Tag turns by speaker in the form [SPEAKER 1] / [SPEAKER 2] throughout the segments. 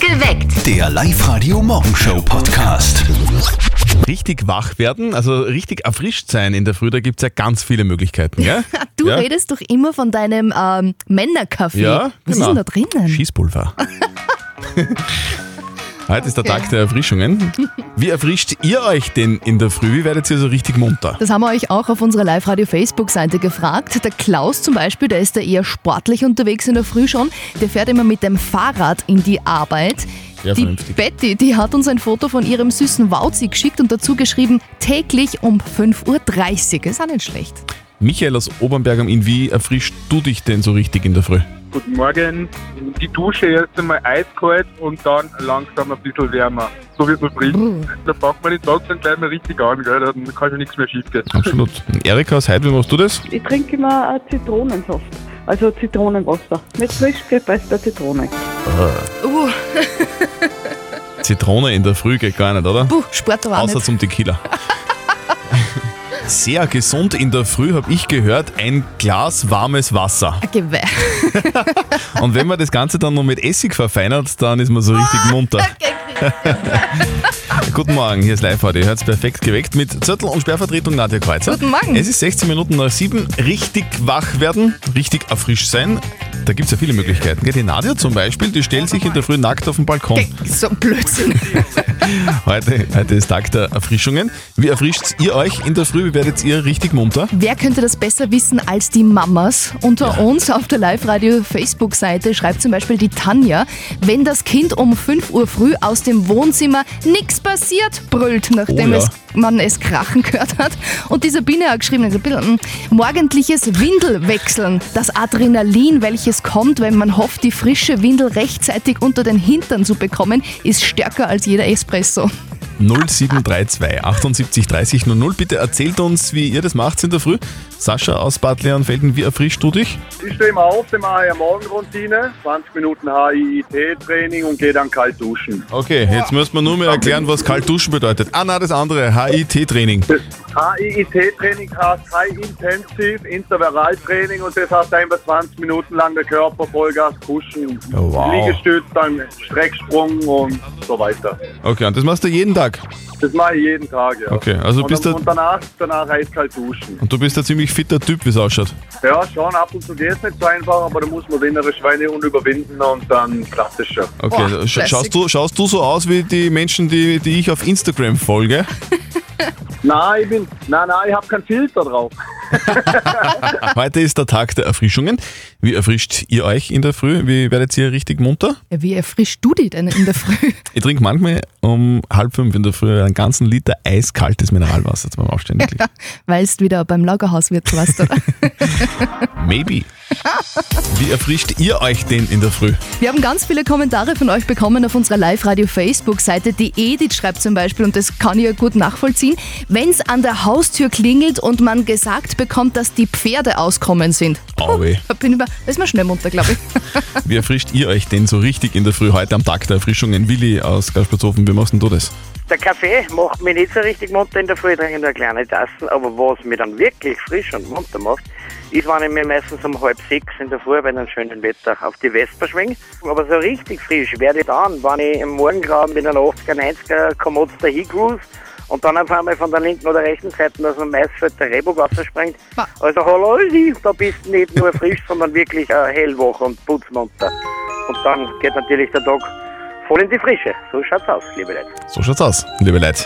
[SPEAKER 1] Geweckt.
[SPEAKER 2] Der Live-Radio-Morgenshow-Podcast.
[SPEAKER 3] Richtig wach werden, also richtig erfrischt sein in der Früh, da gibt es ja ganz viele Möglichkeiten, gell?
[SPEAKER 1] Du
[SPEAKER 3] ja?
[SPEAKER 1] redest doch immer von deinem ähm, Männerkaffee.
[SPEAKER 3] Ja,
[SPEAKER 1] Was
[SPEAKER 3] genau.
[SPEAKER 1] ist denn da drinnen?
[SPEAKER 3] Schießpulver. Heute ist der
[SPEAKER 1] Okay.
[SPEAKER 3] Tag der Erfrischungen. Wie erfrischt ihr euch denn in der Früh? Wie werdet ihr so richtig munter?
[SPEAKER 1] Das haben wir euch auch auf unserer Live-Radio-Facebook-Seite gefragt. Der Klaus zum Beispiel, der ist da eher sportlich unterwegs in der Früh schon. Der fährt immer mit dem Fahrrad in die Arbeit.
[SPEAKER 3] Ja,
[SPEAKER 1] die
[SPEAKER 3] vernünftig.
[SPEAKER 1] Betty, die hat uns ein Foto von ihrem süßen Wauzi geschickt und dazu geschrieben, täglich um 5.30 Uhr. Ist auch nicht schlecht.
[SPEAKER 3] Michael aus Obernberg am Inn, wie erfrischt du dich denn so richtig in der Früh?
[SPEAKER 4] Guten Morgen. Die Dusche erst einmal eiskalt und dann langsam ein bisschen wärmer. So wird man frisch.
[SPEAKER 1] Brr.
[SPEAKER 4] Da packt man den Tag dann gleich mal richtig an, gell? dann kann schon nichts mehr schief gehen.
[SPEAKER 3] Absolut. Erika aus Heid, wie machst du das?
[SPEAKER 5] Ich trinke immer einen Zitronensaft, also Zitronenwasser mit frisch gepresster Zitrone.
[SPEAKER 1] Uh,
[SPEAKER 3] Zitrone in der Früh geht gar nicht, oder?
[SPEAKER 1] puh, Sport war auch
[SPEAKER 3] Außer
[SPEAKER 1] nicht.
[SPEAKER 3] zum Tequila. Sehr gesund in der Früh, habe ich gehört, ein Glas warmes Wasser.
[SPEAKER 1] Geweih.
[SPEAKER 3] Und wenn man das Ganze dann noch mit Essig verfeinert, dann ist man so richtig munter. Guten Morgen, hier ist live heute. Ihr hört perfekt geweckt mit Zettel und Sperrvertretung Nadja Kreuzer.
[SPEAKER 1] Guten Morgen.
[SPEAKER 3] Es ist 16 Minuten nach 7. Richtig wach werden, richtig erfrischt sein. Da gibt es ja viele Möglichkeiten. gell? Die Nadja zum Beispiel, die stellt sich in der Früh nackt auf den Balkon.
[SPEAKER 1] so ein Blödsinn.
[SPEAKER 3] Heute, heute ist Tag der Erfrischungen. Wie erfrischt ihr euch in der Früh? Wie werdet ihr richtig munter?
[SPEAKER 1] Wer könnte das besser wissen als die Mamas? Unter uns auf der Live-Radio-Facebook-Seite schreibt zum Beispiel die Tanja, wenn das Kind um 5 Uhr früh aus dem Wohnzimmer nichts passiert, brüllt, nachdem
[SPEAKER 3] Oh ja.
[SPEAKER 1] es, man es krachen gehört hat. Und die Sabine hat geschrieben, also ein bisschen, mm, morgendliches Windelwechseln, das Adrenalin, welches kommt, wenn man hofft, die frische Windel rechtzeitig unter den Hintern zu bekommen, ist stärker als jeder Espresso.
[SPEAKER 3] 0732 78 30 00. Bitte erzählt uns, wie ihr das macht in der Früh. Sascha aus Bad Leonfelden, wie erfrischt du dich?
[SPEAKER 6] Ich stehe immer auf, dann mache ich eine Morgenroutine, 20 Minuten HIIT-Training und gehe dann kalt duschen.
[SPEAKER 3] Okay, jetzt müssen wir nur mehr erklären, was kalt duschen bedeutet. Ah, na, das andere, HIT-Training.
[SPEAKER 6] Das HIIT-Training heißt High Intensive Intervalltraining und das heißt einfach 20 Minuten lang der Körper Vollgas pushen.
[SPEAKER 3] Oh, wow.
[SPEAKER 6] Liegestütz, dann Strecksprung und so weiter.
[SPEAKER 3] Okay, und das machst du jeden Tag.
[SPEAKER 6] Das mache ich jeden Tag, ja.
[SPEAKER 3] Okay, also
[SPEAKER 6] und,
[SPEAKER 3] bist
[SPEAKER 6] dann-
[SPEAKER 3] du-
[SPEAKER 6] und danach, danach eiskalt duschen.
[SPEAKER 3] Und du bist ein ziemlich fitter Typ, wie es ausschaut.
[SPEAKER 6] Ja, schon, ab und zu geht es nicht so einfach, aber da muss man das innere Schweinehund überwinden und dann klappt es schon.
[SPEAKER 3] Okay,
[SPEAKER 1] Boah,
[SPEAKER 3] scha-
[SPEAKER 1] lässig.
[SPEAKER 3] schaust, du, schaust du so aus wie die Menschen, die, die ich auf Instagram folge?
[SPEAKER 6] Nein, ich bin, nein, nein, ich habe keinen Filter drauf.
[SPEAKER 3] Heute ist der Tag der Erfrischungen. Wie erfrischt ihr euch in der Früh? Wie werdet ihr richtig munter?
[SPEAKER 1] Ja, Wie erfrischt du dich denn in der Früh?
[SPEAKER 3] Ich trinke manchmal um halb fünf in der Früh einen ganzen Liter eiskaltes Mineralwasser beim Aufstehen. wirklich.
[SPEAKER 1] Weißt wieder beim Lagerhauswirt warst, oder?
[SPEAKER 3] Maybe. Wie erfrischt ihr euch denn in der Früh?
[SPEAKER 1] Wir haben ganz viele Kommentare von euch bekommen auf unserer Live-Radio-Facebook-Seite. Die Edith schreibt zum Beispiel, und das kann ich ja gut nachvollziehen, wenn es an der Haustür klingelt und man gesagt bekommt, dass die Pferde auskommen sind.
[SPEAKER 3] Auweh.
[SPEAKER 1] Da bin ich mal, da ist man schnell munter, glaube ich.
[SPEAKER 3] Wie erfrischt ihr euch denn so richtig in der Früh heute am Tag der Erfrischungen? Willi aus Garsperzofen, wie machst denn du das?
[SPEAKER 7] Der Kaffee macht mich nicht so richtig munter in der Früh, ich trinke nur kleine Tassen, aber was mich dann wirklich frisch und munter macht, ist, wenn ich mich meistens um halb sechs in der Früh bei einem schönen Wetter auf die Vespa schwinge. Aber so richtig frisch werde ich dann, wenn ich im Morgengraben mit einer 80er, 90er Kommode dahin cruise und dann auf einmal von der linken oder rechten Seite aus dem Maisfeld der Rehbock rausspringt.
[SPEAKER 1] Ma.
[SPEAKER 7] Also hallo, Isi, da bist du nicht nur frisch, sondern wirklich äh, hellwach und putzmunter. Und dann geht natürlich der Tag voll in die Frische. So schaut's aus, liebe Leute.
[SPEAKER 3] So schaut's aus, liebe Leute.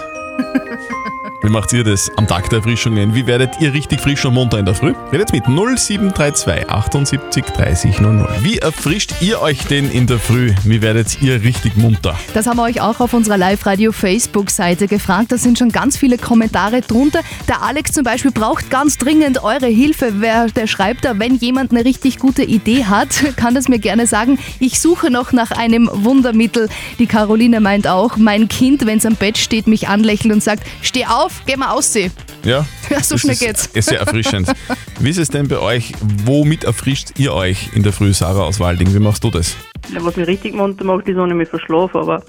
[SPEAKER 3] Wie macht ihr das am Tag der Erfrischungen? Wie werdet ihr richtig frisch und munter in der Früh? Redet mit 0732 78 30 00. Wie erfrischt ihr euch denn in der Früh? Wie werdet ihr richtig munter?
[SPEAKER 1] Das haben wir euch auch auf unserer Live-Radio-Facebook-Seite gefragt. Da sind schon ganz viele Kommentare drunter. Der Alex zum Beispiel braucht ganz dringend eure Hilfe. Wer, der schreibt da, wenn jemand eine richtig gute Idee hat, kann das mir gerne sagen. Ich suche noch nach einem Wundermittel. Die Caroline meint auch, mein Kind, wenn es am Bett steht, mich anlächelt und sagt, steh auf, geh mal aussehen.
[SPEAKER 3] Ja,
[SPEAKER 1] Ja, so
[SPEAKER 3] das
[SPEAKER 1] schnell
[SPEAKER 3] ist,
[SPEAKER 1] geht's.
[SPEAKER 3] Ist sehr erfrischend. Wie ist es denn bei euch? Womit erfrischt ihr euch in der Früh, Sarah aus Walding? Wie machst du das?
[SPEAKER 5] Ja, was mich richtig munter macht, ist, wenn ich mich verschlafe, aber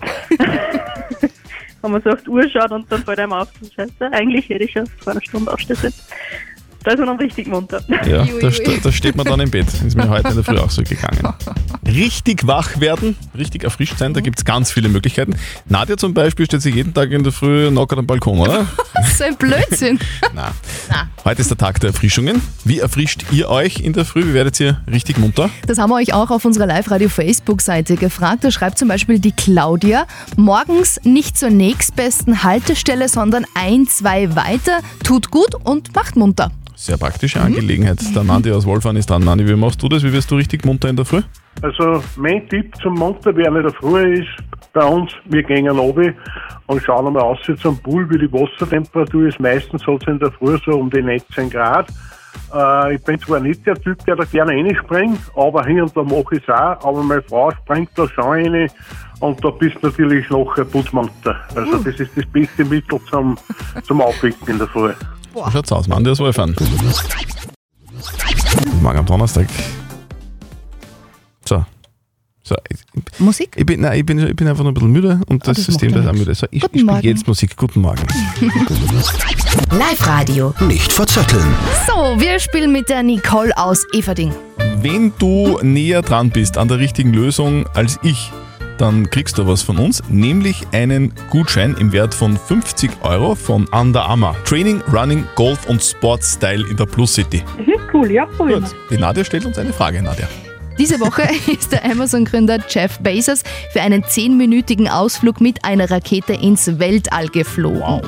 [SPEAKER 5] wenn man so auf die Uhr schaut und dann fällt einem auf, scheiße, eigentlich hätte ich schon vor einer Stunde aufstehen sollen. Da ist man dann richtig munter.
[SPEAKER 3] Ja,
[SPEAKER 1] Ui,
[SPEAKER 3] da,
[SPEAKER 1] ui,
[SPEAKER 3] st-
[SPEAKER 1] ui.
[SPEAKER 3] da steht man dann im Bett. Ist mir heute in der Früh auch so gegangen. richtig wach werden, richtig erfrischt
[SPEAKER 1] Mhm.
[SPEAKER 3] sein, da gibt es ganz viele Möglichkeiten. Nadja zum Beispiel steht sich jeden Tag in der Früh knockert am Balkon, oder?
[SPEAKER 1] Das ist ein Blödsinn.
[SPEAKER 3] Na. Heute ist der Tag der Erfrischungen. Wie erfrischt ihr euch in der Früh? Wie werdet ihr richtig munter?
[SPEAKER 1] Das haben wir euch auch auf unserer Live-Radio-Facebook-Seite gefragt. Da schreibt zum Beispiel die Claudia, morgens nicht zur nächstbesten Haltestelle, sondern ein, zwei weiter, tut gut und macht munter.
[SPEAKER 3] Sehr
[SPEAKER 1] Mhm.
[SPEAKER 3] praktische Angelegenheit. Der Nandi aus Wolfern ist dran. Nandi, wie machst du das? Wie wirst du richtig munter in der Früh?
[SPEAKER 2] Also mein Tipp zum Munterwerden in der Früh ist bei uns, wir gehen runter und schauen einmal aus zum Pool, wie die Wassertemperatur ist. Meistens hat es in der Früh so um die 19 Grad. Äh, ich bin zwar nicht der Typ, der da gerne reinspringt, aber hin und da mache ich es auch. Aber meine Frau springt da schon rein und da bist du natürlich noch ein Putzmunter.
[SPEAKER 8] Hm.
[SPEAKER 2] Also das ist das beste Mittel zum, zum Aufwecken in der Früh.
[SPEAKER 3] So Schaut's aus, Nandi aus Wolfern. Morgen am Donnerstag. So. So, ich-
[SPEAKER 1] Musik?
[SPEAKER 3] ich bin, nein, ich, bin, ich bin einfach nur ein bisschen müde und das,
[SPEAKER 1] Ah, das
[SPEAKER 3] System
[SPEAKER 1] macht
[SPEAKER 3] das
[SPEAKER 1] ja
[SPEAKER 3] ist auch müde. So, ich
[SPEAKER 1] Guten
[SPEAKER 3] ich spiele
[SPEAKER 1] Morgen.
[SPEAKER 3] jetzt Musik. Guten Morgen.
[SPEAKER 9] Live-Radio.
[SPEAKER 10] Nicht verzetteln.
[SPEAKER 1] So, wir spielen mit der Nicole aus Everding.
[SPEAKER 3] Wenn du näher dran bist an der richtigen Lösung als ich, dann kriegst du was von uns, nämlich einen Gutschein im Wert von 50 Euro von Under Armour. Training, Running, Golf und Sportstyle in der Plus City.
[SPEAKER 5] Cool, ja, cool.
[SPEAKER 3] Gut, die Nadja stellt uns eine Frage, Nadja.
[SPEAKER 1] Diese Woche ist der Amazon-Gründer Jeff Bezos für einen zehnminütigen Ausflug mit einer Rakete ins Weltall geflogen.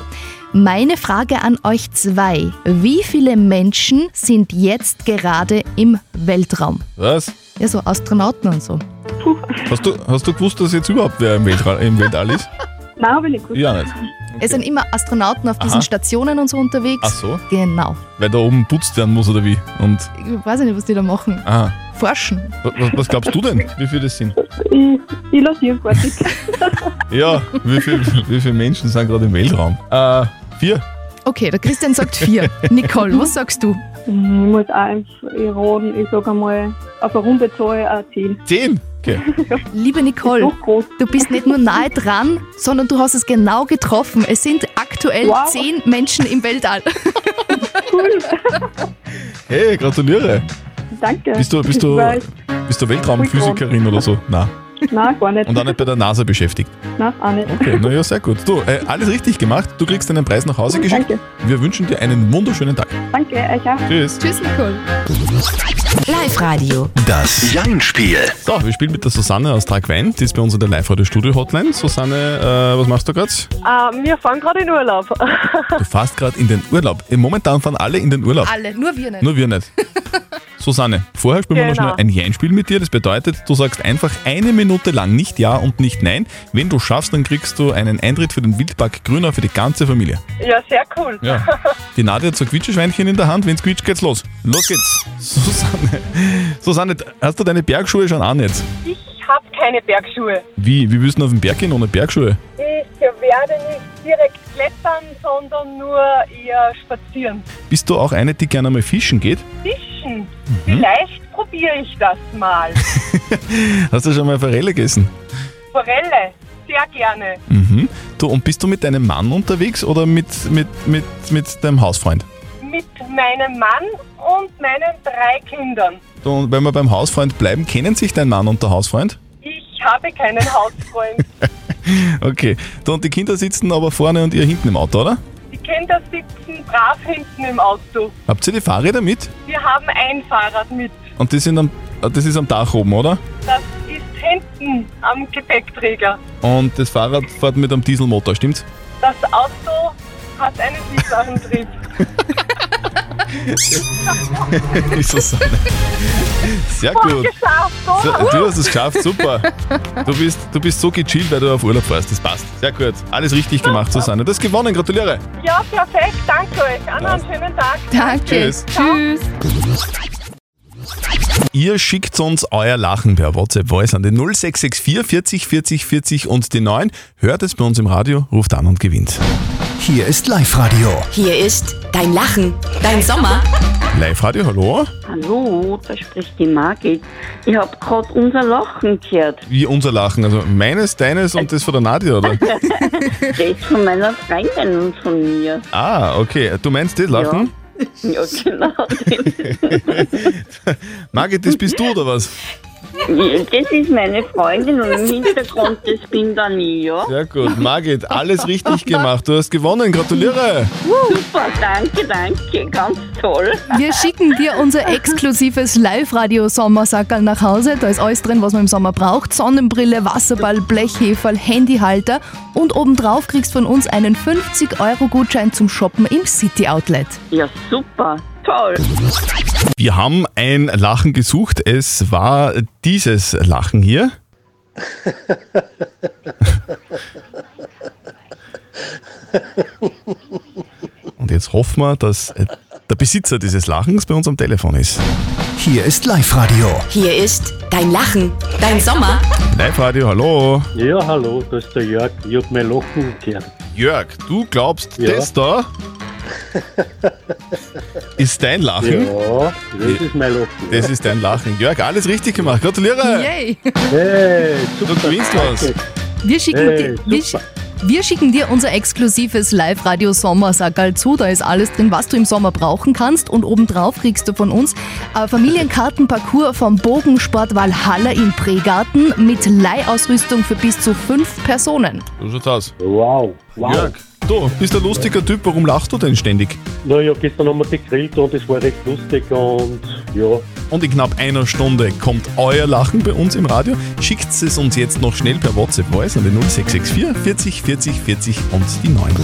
[SPEAKER 1] Meine Frage an euch zwei. Wie viele Menschen sind jetzt gerade im Weltraum?
[SPEAKER 3] Was?
[SPEAKER 1] Ja, so Astronauten und so.
[SPEAKER 3] Hast du, hast du gewusst, dass jetzt überhaupt wer im Weltall, im Weltall ist?
[SPEAKER 5] Nein, habe ich nicht gut.
[SPEAKER 3] Ja, nicht.
[SPEAKER 1] Es sind immer Astronauten auf diesen
[SPEAKER 3] Aha.
[SPEAKER 1] Stationen und so unterwegs.
[SPEAKER 3] Ach so,
[SPEAKER 1] Genau.
[SPEAKER 3] weil da oben putzt werden muss oder wie? Und,
[SPEAKER 1] Ich weiß nicht, was die da machen.
[SPEAKER 3] aha.
[SPEAKER 1] Forschen.
[SPEAKER 3] Wa- wa- Was glaubst du denn, wie viele das sind?
[SPEAKER 5] Ich, ich lasse irgendwas.
[SPEAKER 3] Ja, wie viele wie viel Menschen sind gerade im Weltraum? Äh, vier.
[SPEAKER 1] Okay, der Christian sagt vier. Nicole, was sagst du?
[SPEAKER 5] Ich muss auch einfach ich raten, ich sage einmal, auf eine runde Zahl ein 10.
[SPEAKER 3] Zehn? Okay.
[SPEAKER 1] Liebe Nicole,
[SPEAKER 5] So groß.
[SPEAKER 1] Du bist nicht nur nahe dran, sondern du hast es genau getroffen. Es sind aktuell
[SPEAKER 5] Wow.
[SPEAKER 1] zehn Menschen im Weltall.
[SPEAKER 3] Hey, gratuliere.
[SPEAKER 5] Danke.
[SPEAKER 3] Bist du- bist du-
[SPEAKER 5] Ich weiß,
[SPEAKER 3] Bist du Weltraumphysikerin oder so? Na.
[SPEAKER 5] nein, gar nicht.
[SPEAKER 3] Und auch nicht bei der NASA beschäftigt.
[SPEAKER 5] Nein, auch nicht.
[SPEAKER 3] Okay, naja, sehr gut. Du, äh, alles richtig gemacht. Du kriegst deinen Preis nach Hause geschickt.
[SPEAKER 5] Danke.
[SPEAKER 3] Wir wünschen dir einen wunderschönen Tag.
[SPEAKER 5] Danke, euch auch.
[SPEAKER 3] Tschüss.
[SPEAKER 1] Tschüss, Nicole.
[SPEAKER 9] Live-Radio.
[SPEAKER 10] Das Jein-Spiel.
[SPEAKER 3] So, wir spielen mit der Susanne aus Tragwein. Die ist bei uns in der Live-Radio-Studio-Hotline. Susanne, äh, was machst du gerade?
[SPEAKER 5] Äh, wir fahren gerade in Urlaub.
[SPEAKER 3] Du fährst gerade in den Urlaub. Äh, Momentan fahren alle in den Urlaub.
[SPEAKER 1] Alle, nur wir nicht.
[SPEAKER 3] Nur wir nicht. Susanne, vorher spielen wir
[SPEAKER 5] Genau.
[SPEAKER 3] noch schnell ein Jein-Spiel mit dir. Das bedeutet, du sagst einfach eine Minute lang nicht Ja und nicht Nein. Wenn du schaffst, dann kriegst du einen Eintritt für den Wildpark Grüner für die ganze Familie.
[SPEAKER 5] ja, sehr cool.
[SPEAKER 3] Ja. Die Nadja hat so ein Quietscheschweinchen in der Hand. Wenn's quietscht, geht's los. Los geht's. Susanne, Susanne, hast du deine Bergschuhe schon an jetzt?
[SPEAKER 5] Ich habe keine Bergschuhe.
[SPEAKER 3] Wie, wie willst du denn auf den Berg gehen ohne Bergschuhe?
[SPEAKER 5] Ich werde nicht direkt klettern, sondern nur eher spazieren.
[SPEAKER 3] Bist du auch eine, die gerne mal fischen geht?
[SPEAKER 5] Fischen. Vielleicht probiere ich das mal.
[SPEAKER 3] Hast du schon mal Forelle gegessen?
[SPEAKER 5] Forelle. Sehr gerne.
[SPEAKER 3] Mhm. Du, und bist du mit deinem Mann unterwegs oder mit, mit, mit, mit deinem Hausfreund?
[SPEAKER 5] Mit meinem Mann und meinen drei Kindern.
[SPEAKER 3] Du, Und wenn wir beim Hausfreund bleiben, kennen sich dein Mann und der Hausfreund?
[SPEAKER 5] Ich habe keinen Hausfreund.
[SPEAKER 3] Okay. Du, und die Kinder sitzen aber vorne und ihr hinten im Auto, oder?
[SPEAKER 5] Die Kinder sitzen brav hinten im Auto.
[SPEAKER 3] Habt ihr die Fahrräder mit?
[SPEAKER 5] Wir haben ein Fahrrad mit.
[SPEAKER 3] Und die sind am, äh, das ist am Dach oben, oder?
[SPEAKER 5] Das ist hinten am Gepäckträger.
[SPEAKER 3] Und das Fahrrad fährt mit einem Dieselmotor, stimmt's?
[SPEAKER 5] Das Auto hat einen Sitzantrieb.
[SPEAKER 3] Die Susanne. Sehr
[SPEAKER 5] Boah,
[SPEAKER 3] gut.
[SPEAKER 5] geschafft,
[SPEAKER 3] So,
[SPEAKER 5] oder?
[SPEAKER 3] du hast es geschafft, super. Du bist, du bist so gechillt, weil du auf Urlaub fährst. Das passt. Sehr gut. Alles richtig gemacht, Susanne. Du hast gewonnen, gratuliere.
[SPEAKER 5] Ja, perfekt. Danke euch. Anna, einen schönen Tag.
[SPEAKER 1] Danke.
[SPEAKER 3] Tschüss.
[SPEAKER 1] Tschüss.
[SPEAKER 3] Ihr schickt uns euer Lachen per WhatsApp-Voice an den 0664 40 40 40 und den 9. Hört es bei uns im Radio, ruft an und gewinnt.
[SPEAKER 10] Hier ist Live-Radio.
[SPEAKER 9] Hier ist dein Lachen, dein Sommer.
[SPEAKER 3] Live-Radio, hallo?
[SPEAKER 11] Hallo, da spricht die Margit. Ich habe gerade unser Lachen gehört.
[SPEAKER 3] Wie unser Lachen. Also meines, deines und das von der Nadja, oder?
[SPEAKER 11] Das von meiner Freundin und von mir.
[SPEAKER 3] Ah, okay. Du meinst das Lachen?
[SPEAKER 11] Ja, genau.
[SPEAKER 3] Margit, das bist du oder was?
[SPEAKER 11] Das ist meine Freundin und im Hintergrund, das bin dann ich, ja?
[SPEAKER 3] Sehr gut. Margit, alles richtig gemacht. Du hast gewonnen. Gratuliere.
[SPEAKER 11] Super, danke, danke, ganz toll.
[SPEAKER 1] Wir schicken dir unser exklusives Live-Radio-Sommersackerl nach Hause. Da ist alles drin, was man im Sommer braucht. Sonnenbrille, Wasserball, Blechheferl, Handyhalter und obendrauf kriegst von uns einen 50-Euro-Gutschein zum Shoppen im City-Outlet.
[SPEAKER 11] Ja, super, toll.
[SPEAKER 3] Wir haben ein Lachen gesucht. Es war dieses Lachen hier. Und jetzt hoffen wir, dass äh, der Besitzer dieses Lachens bei uns am Telefon ist.
[SPEAKER 10] Hier ist Live-Radio.
[SPEAKER 9] Hier ist dein Lachen, dein Sommer.
[SPEAKER 3] Live-Radio, hallo.
[SPEAKER 8] Ja, hallo, das ist der Jörg. Ich hab mein Lachen gehört.
[SPEAKER 3] Jörg, du glaubst,
[SPEAKER 8] Ja.
[SPEAKER 3] das da ist dein Lachen?
[SPEAKER 2] Hm?
[SPEAKER 8] Ja, das ist mein Lachen.
[SPEAKER 3] Das ist dein Lachen. Jörg, alles richtig gemacht. Gratuliere.
[SPEAKER 1] Yay!
[SPEAKER 8] Hey, super,
[SPEAKER 3] Du gewinnst was.
[SPEAKER 1] Wir schicken,
[SPEAKER 8] Hey,
[SPEAKER 1] dir, wir,
[SPEAKER 8] super.
[SPEAKER 1] sch- wir schicken dir unser exklusives Live-Radio-Sommersackerl zu. Da ist alles drin, was du im Sommer brauchen kannst. Und obendrauf kriegst du von uns äh, Familienkartenparcours vom Bogensport Walhalla im Pregarten mit Leihausrüstung für bis zu fünf Personen.
[SPEAKER 3] So schaut's aus.
[SPEAKER 8] Wow, wow.
[SPEAKER 3] Jörg, du bist ein lustiger Typ. Warum lachst du denn ständig?
[SPEAKER 8] Na Nou ja, gestern haben wir gegrillt und es war recht lustig und ja,
[SPEAKER 3] Und in knapp einer Stunde kommt euer Lachen bei uns im Radio. Schickt es uns jetzt noch schnell per WhatsApp Voice an die 0664 40 40 40 und die 9.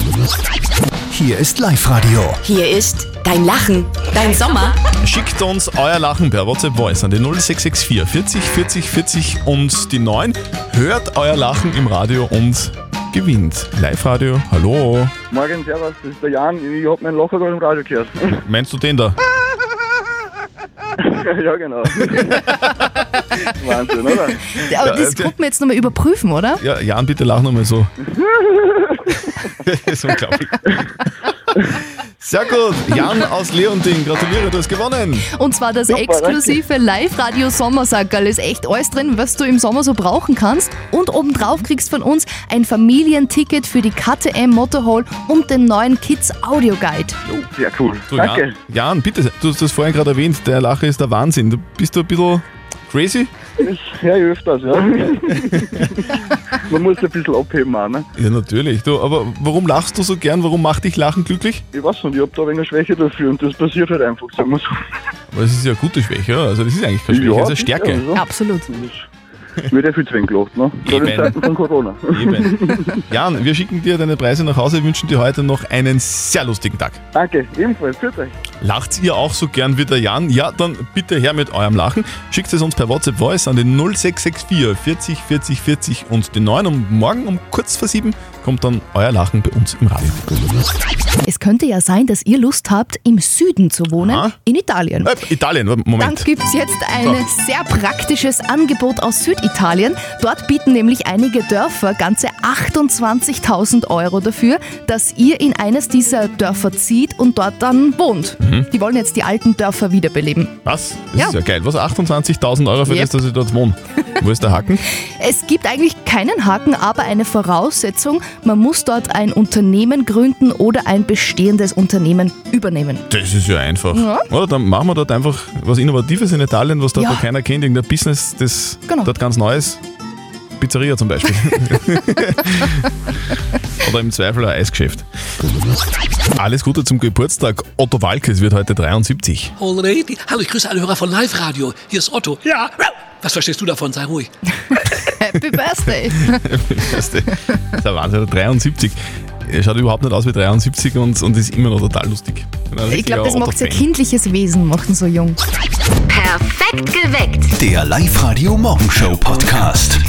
[SPEAKER 10] Hier ist Live-Radio.
[SPEAKER 9] Hier ist dein Lachen, dein Sommer.
[SPEAKER 3] Schickt uns euer Lachen per WhatsApp Voice an die 0664 40 40 40 und die 9. Hört euer Lachen im Radio und gewinnt. Live-Radio, hallo.
[SPEAKER 6] Morgen, servus, das ist der Jan. Ich hab meinen Lacher gerade im Radio gehört.
[SPEAKER 3] Meinst du den da?
[SPEAKER 6] ja, genau. Wahnsinn, oder?
[SPEAKER 1] Aber das
[SPEAKER 3] okay.
[SPEAKER 1] gucken wir jetzt nochmal überprüfen, oder?
[SPEAKER 3] Ja, Jan, bitte lach nochmal so. das ist unglaublich. Sehr gut, Jan aus Leonding, gratuliere, du hast gewonnen.
[SPEAKER 1] Und zwar das exklusive Live-Radio Sommersackerl. Ist echt alles drin, was du im Sommer so brauchen kannst. Und obendrauf kriegst von uns ein Familienticket für die KTM Motorhole und den neuen Kids Audio Guide.
[SPEAKER 6] Oh, Sehr cool.
[SPEAKER 3] Du,
[SPEAKER 6] Danke.
[SPEAKER 3] Jan, Jan, bitte, du hast das vorhin gerade erwähnt, der Lache ist der Wahnsinn. Du bist du ein bisschen crazy?
[SPEAKER 6] Ja, ich öfters, ja. Man muss ein bisschen abheben auch, ne?
[SPEAKER 3] Ja, natürlich. Du, aber warum lachst du so gern? Warum macht dich Lachen glücklich?
[SPEAKER 6] Ich weiß nicht, ich hab da ein wenig eine Schwäche dafür und das passiert halt einfach, sagen wir so.
[SPEAKER 3] Aber es ist ja eine gute Schwäche, oder? also das ist eigentlich keine Schwäche, das ist eine Stärke.
[SPEAKER 6] Ja,
[SPEAKER 1] Absolut.
[SPEAKER 6] also, wird ja viel zu wenig gelacht, ne? Gerade
[SPEAKER 3] Eben.
[SPEAKER 6] in Zeiten von Corona.
[SPEAKER 3] Eben. Jan, wir schicken dir deine Preise nach Hause, wünschen dir heute noch einen sehr lustigen Tag.
[SPEAKER 6] Danke, ebenfalls, für euch.
[SPEAKER 3] Lacht ihr auch so gern wie der Jan? Ja, dann bitte her mit eurem Lachen. Schickt es uns per WhatsApp Voice an den 0664 40 40 40 und den 9. Und morgen um kurz vor 7 kommt dann euer Lachen bei uns im Radio.
[SPEAKER 1] Es könnte ja sein, dass ihr Lust habt, im Süden zu wohnen,
[SPEAKER 3] Aha.
[SPEAKER 1] in Italien.
[SPEAKER 3] Äh, Italien, Moment.
[SPEAKER 1] Dann gibt es jetzt ein sehr praktisches Angebot aus Süditalien. Dort bieten nämlich einige Dörfer ganze 28.000 Euro dafür, dass ihr in eines dieser Dörfer zieht und dort dann wohnt. Die wollen jetzt die alten Dörfer wiederbeleben.
[SPEAKER 3] Was? Das
[SPEAKER 1] Ja.
[SPEAKER 3] ist ja geil. Was? 28.000 Euro für
[SPEAKER 1] Yep.
[SPEAKER 3] das, dass ich dort wohne. Wo ist der Haken?
[SPEAKER 1] Es gibt eigentlich keinen Haken, aber eine Voraussetzung, man muss dort ein Unternehmen gründen oder ein bestehendes Unternehmen übernehmen.
[SPEAKER 3] Das ist ja einfach.
[SPEAKER 1] Ja.
[SPEAKER 3] Oder dann machen wir dort einfach was Innovatives in Italien, was dort
[SPEAKER 1] Ja.
[SPEAKER 3] noch keiner kennt, irgendein Business, das
[SPEAKER 1] Genau.
[SPEAKER 3] dort ganz Neues. Pizzeria zum Beispiel. Oder im Zweifel ein Eisgeschäft. Alles Gute zum Geburtstag. Otto Walkes wird heute 73.
[SPEAKER 12] Alrighty. Hallo, ich grüße alle Hörer von Live Radio. Hier ist Otto. Ja. Was verstehst du davon? Sei ruhig.
[SPEAKER 1] Happy Birthday!
[SPEAKER 3] Das ist der Wahnsinn, 73. Er schaut überhaupt nicht aus wie 73 und, und ist immer noch total lustig. Ein
[SPEAKER 1] Ich
[SPEAKER 3] richtiger
[SPEAKER 1] glaube, das macht sein
[SPEAKER 3] Otto-Fan.
[SPEAKER 1] kindliches Wesen, macht ihn so jung.
[SPEAKER 9] Perfekt geweckt.
[SPEAKER 10] Der Live-Radio Morgenshow Podcast.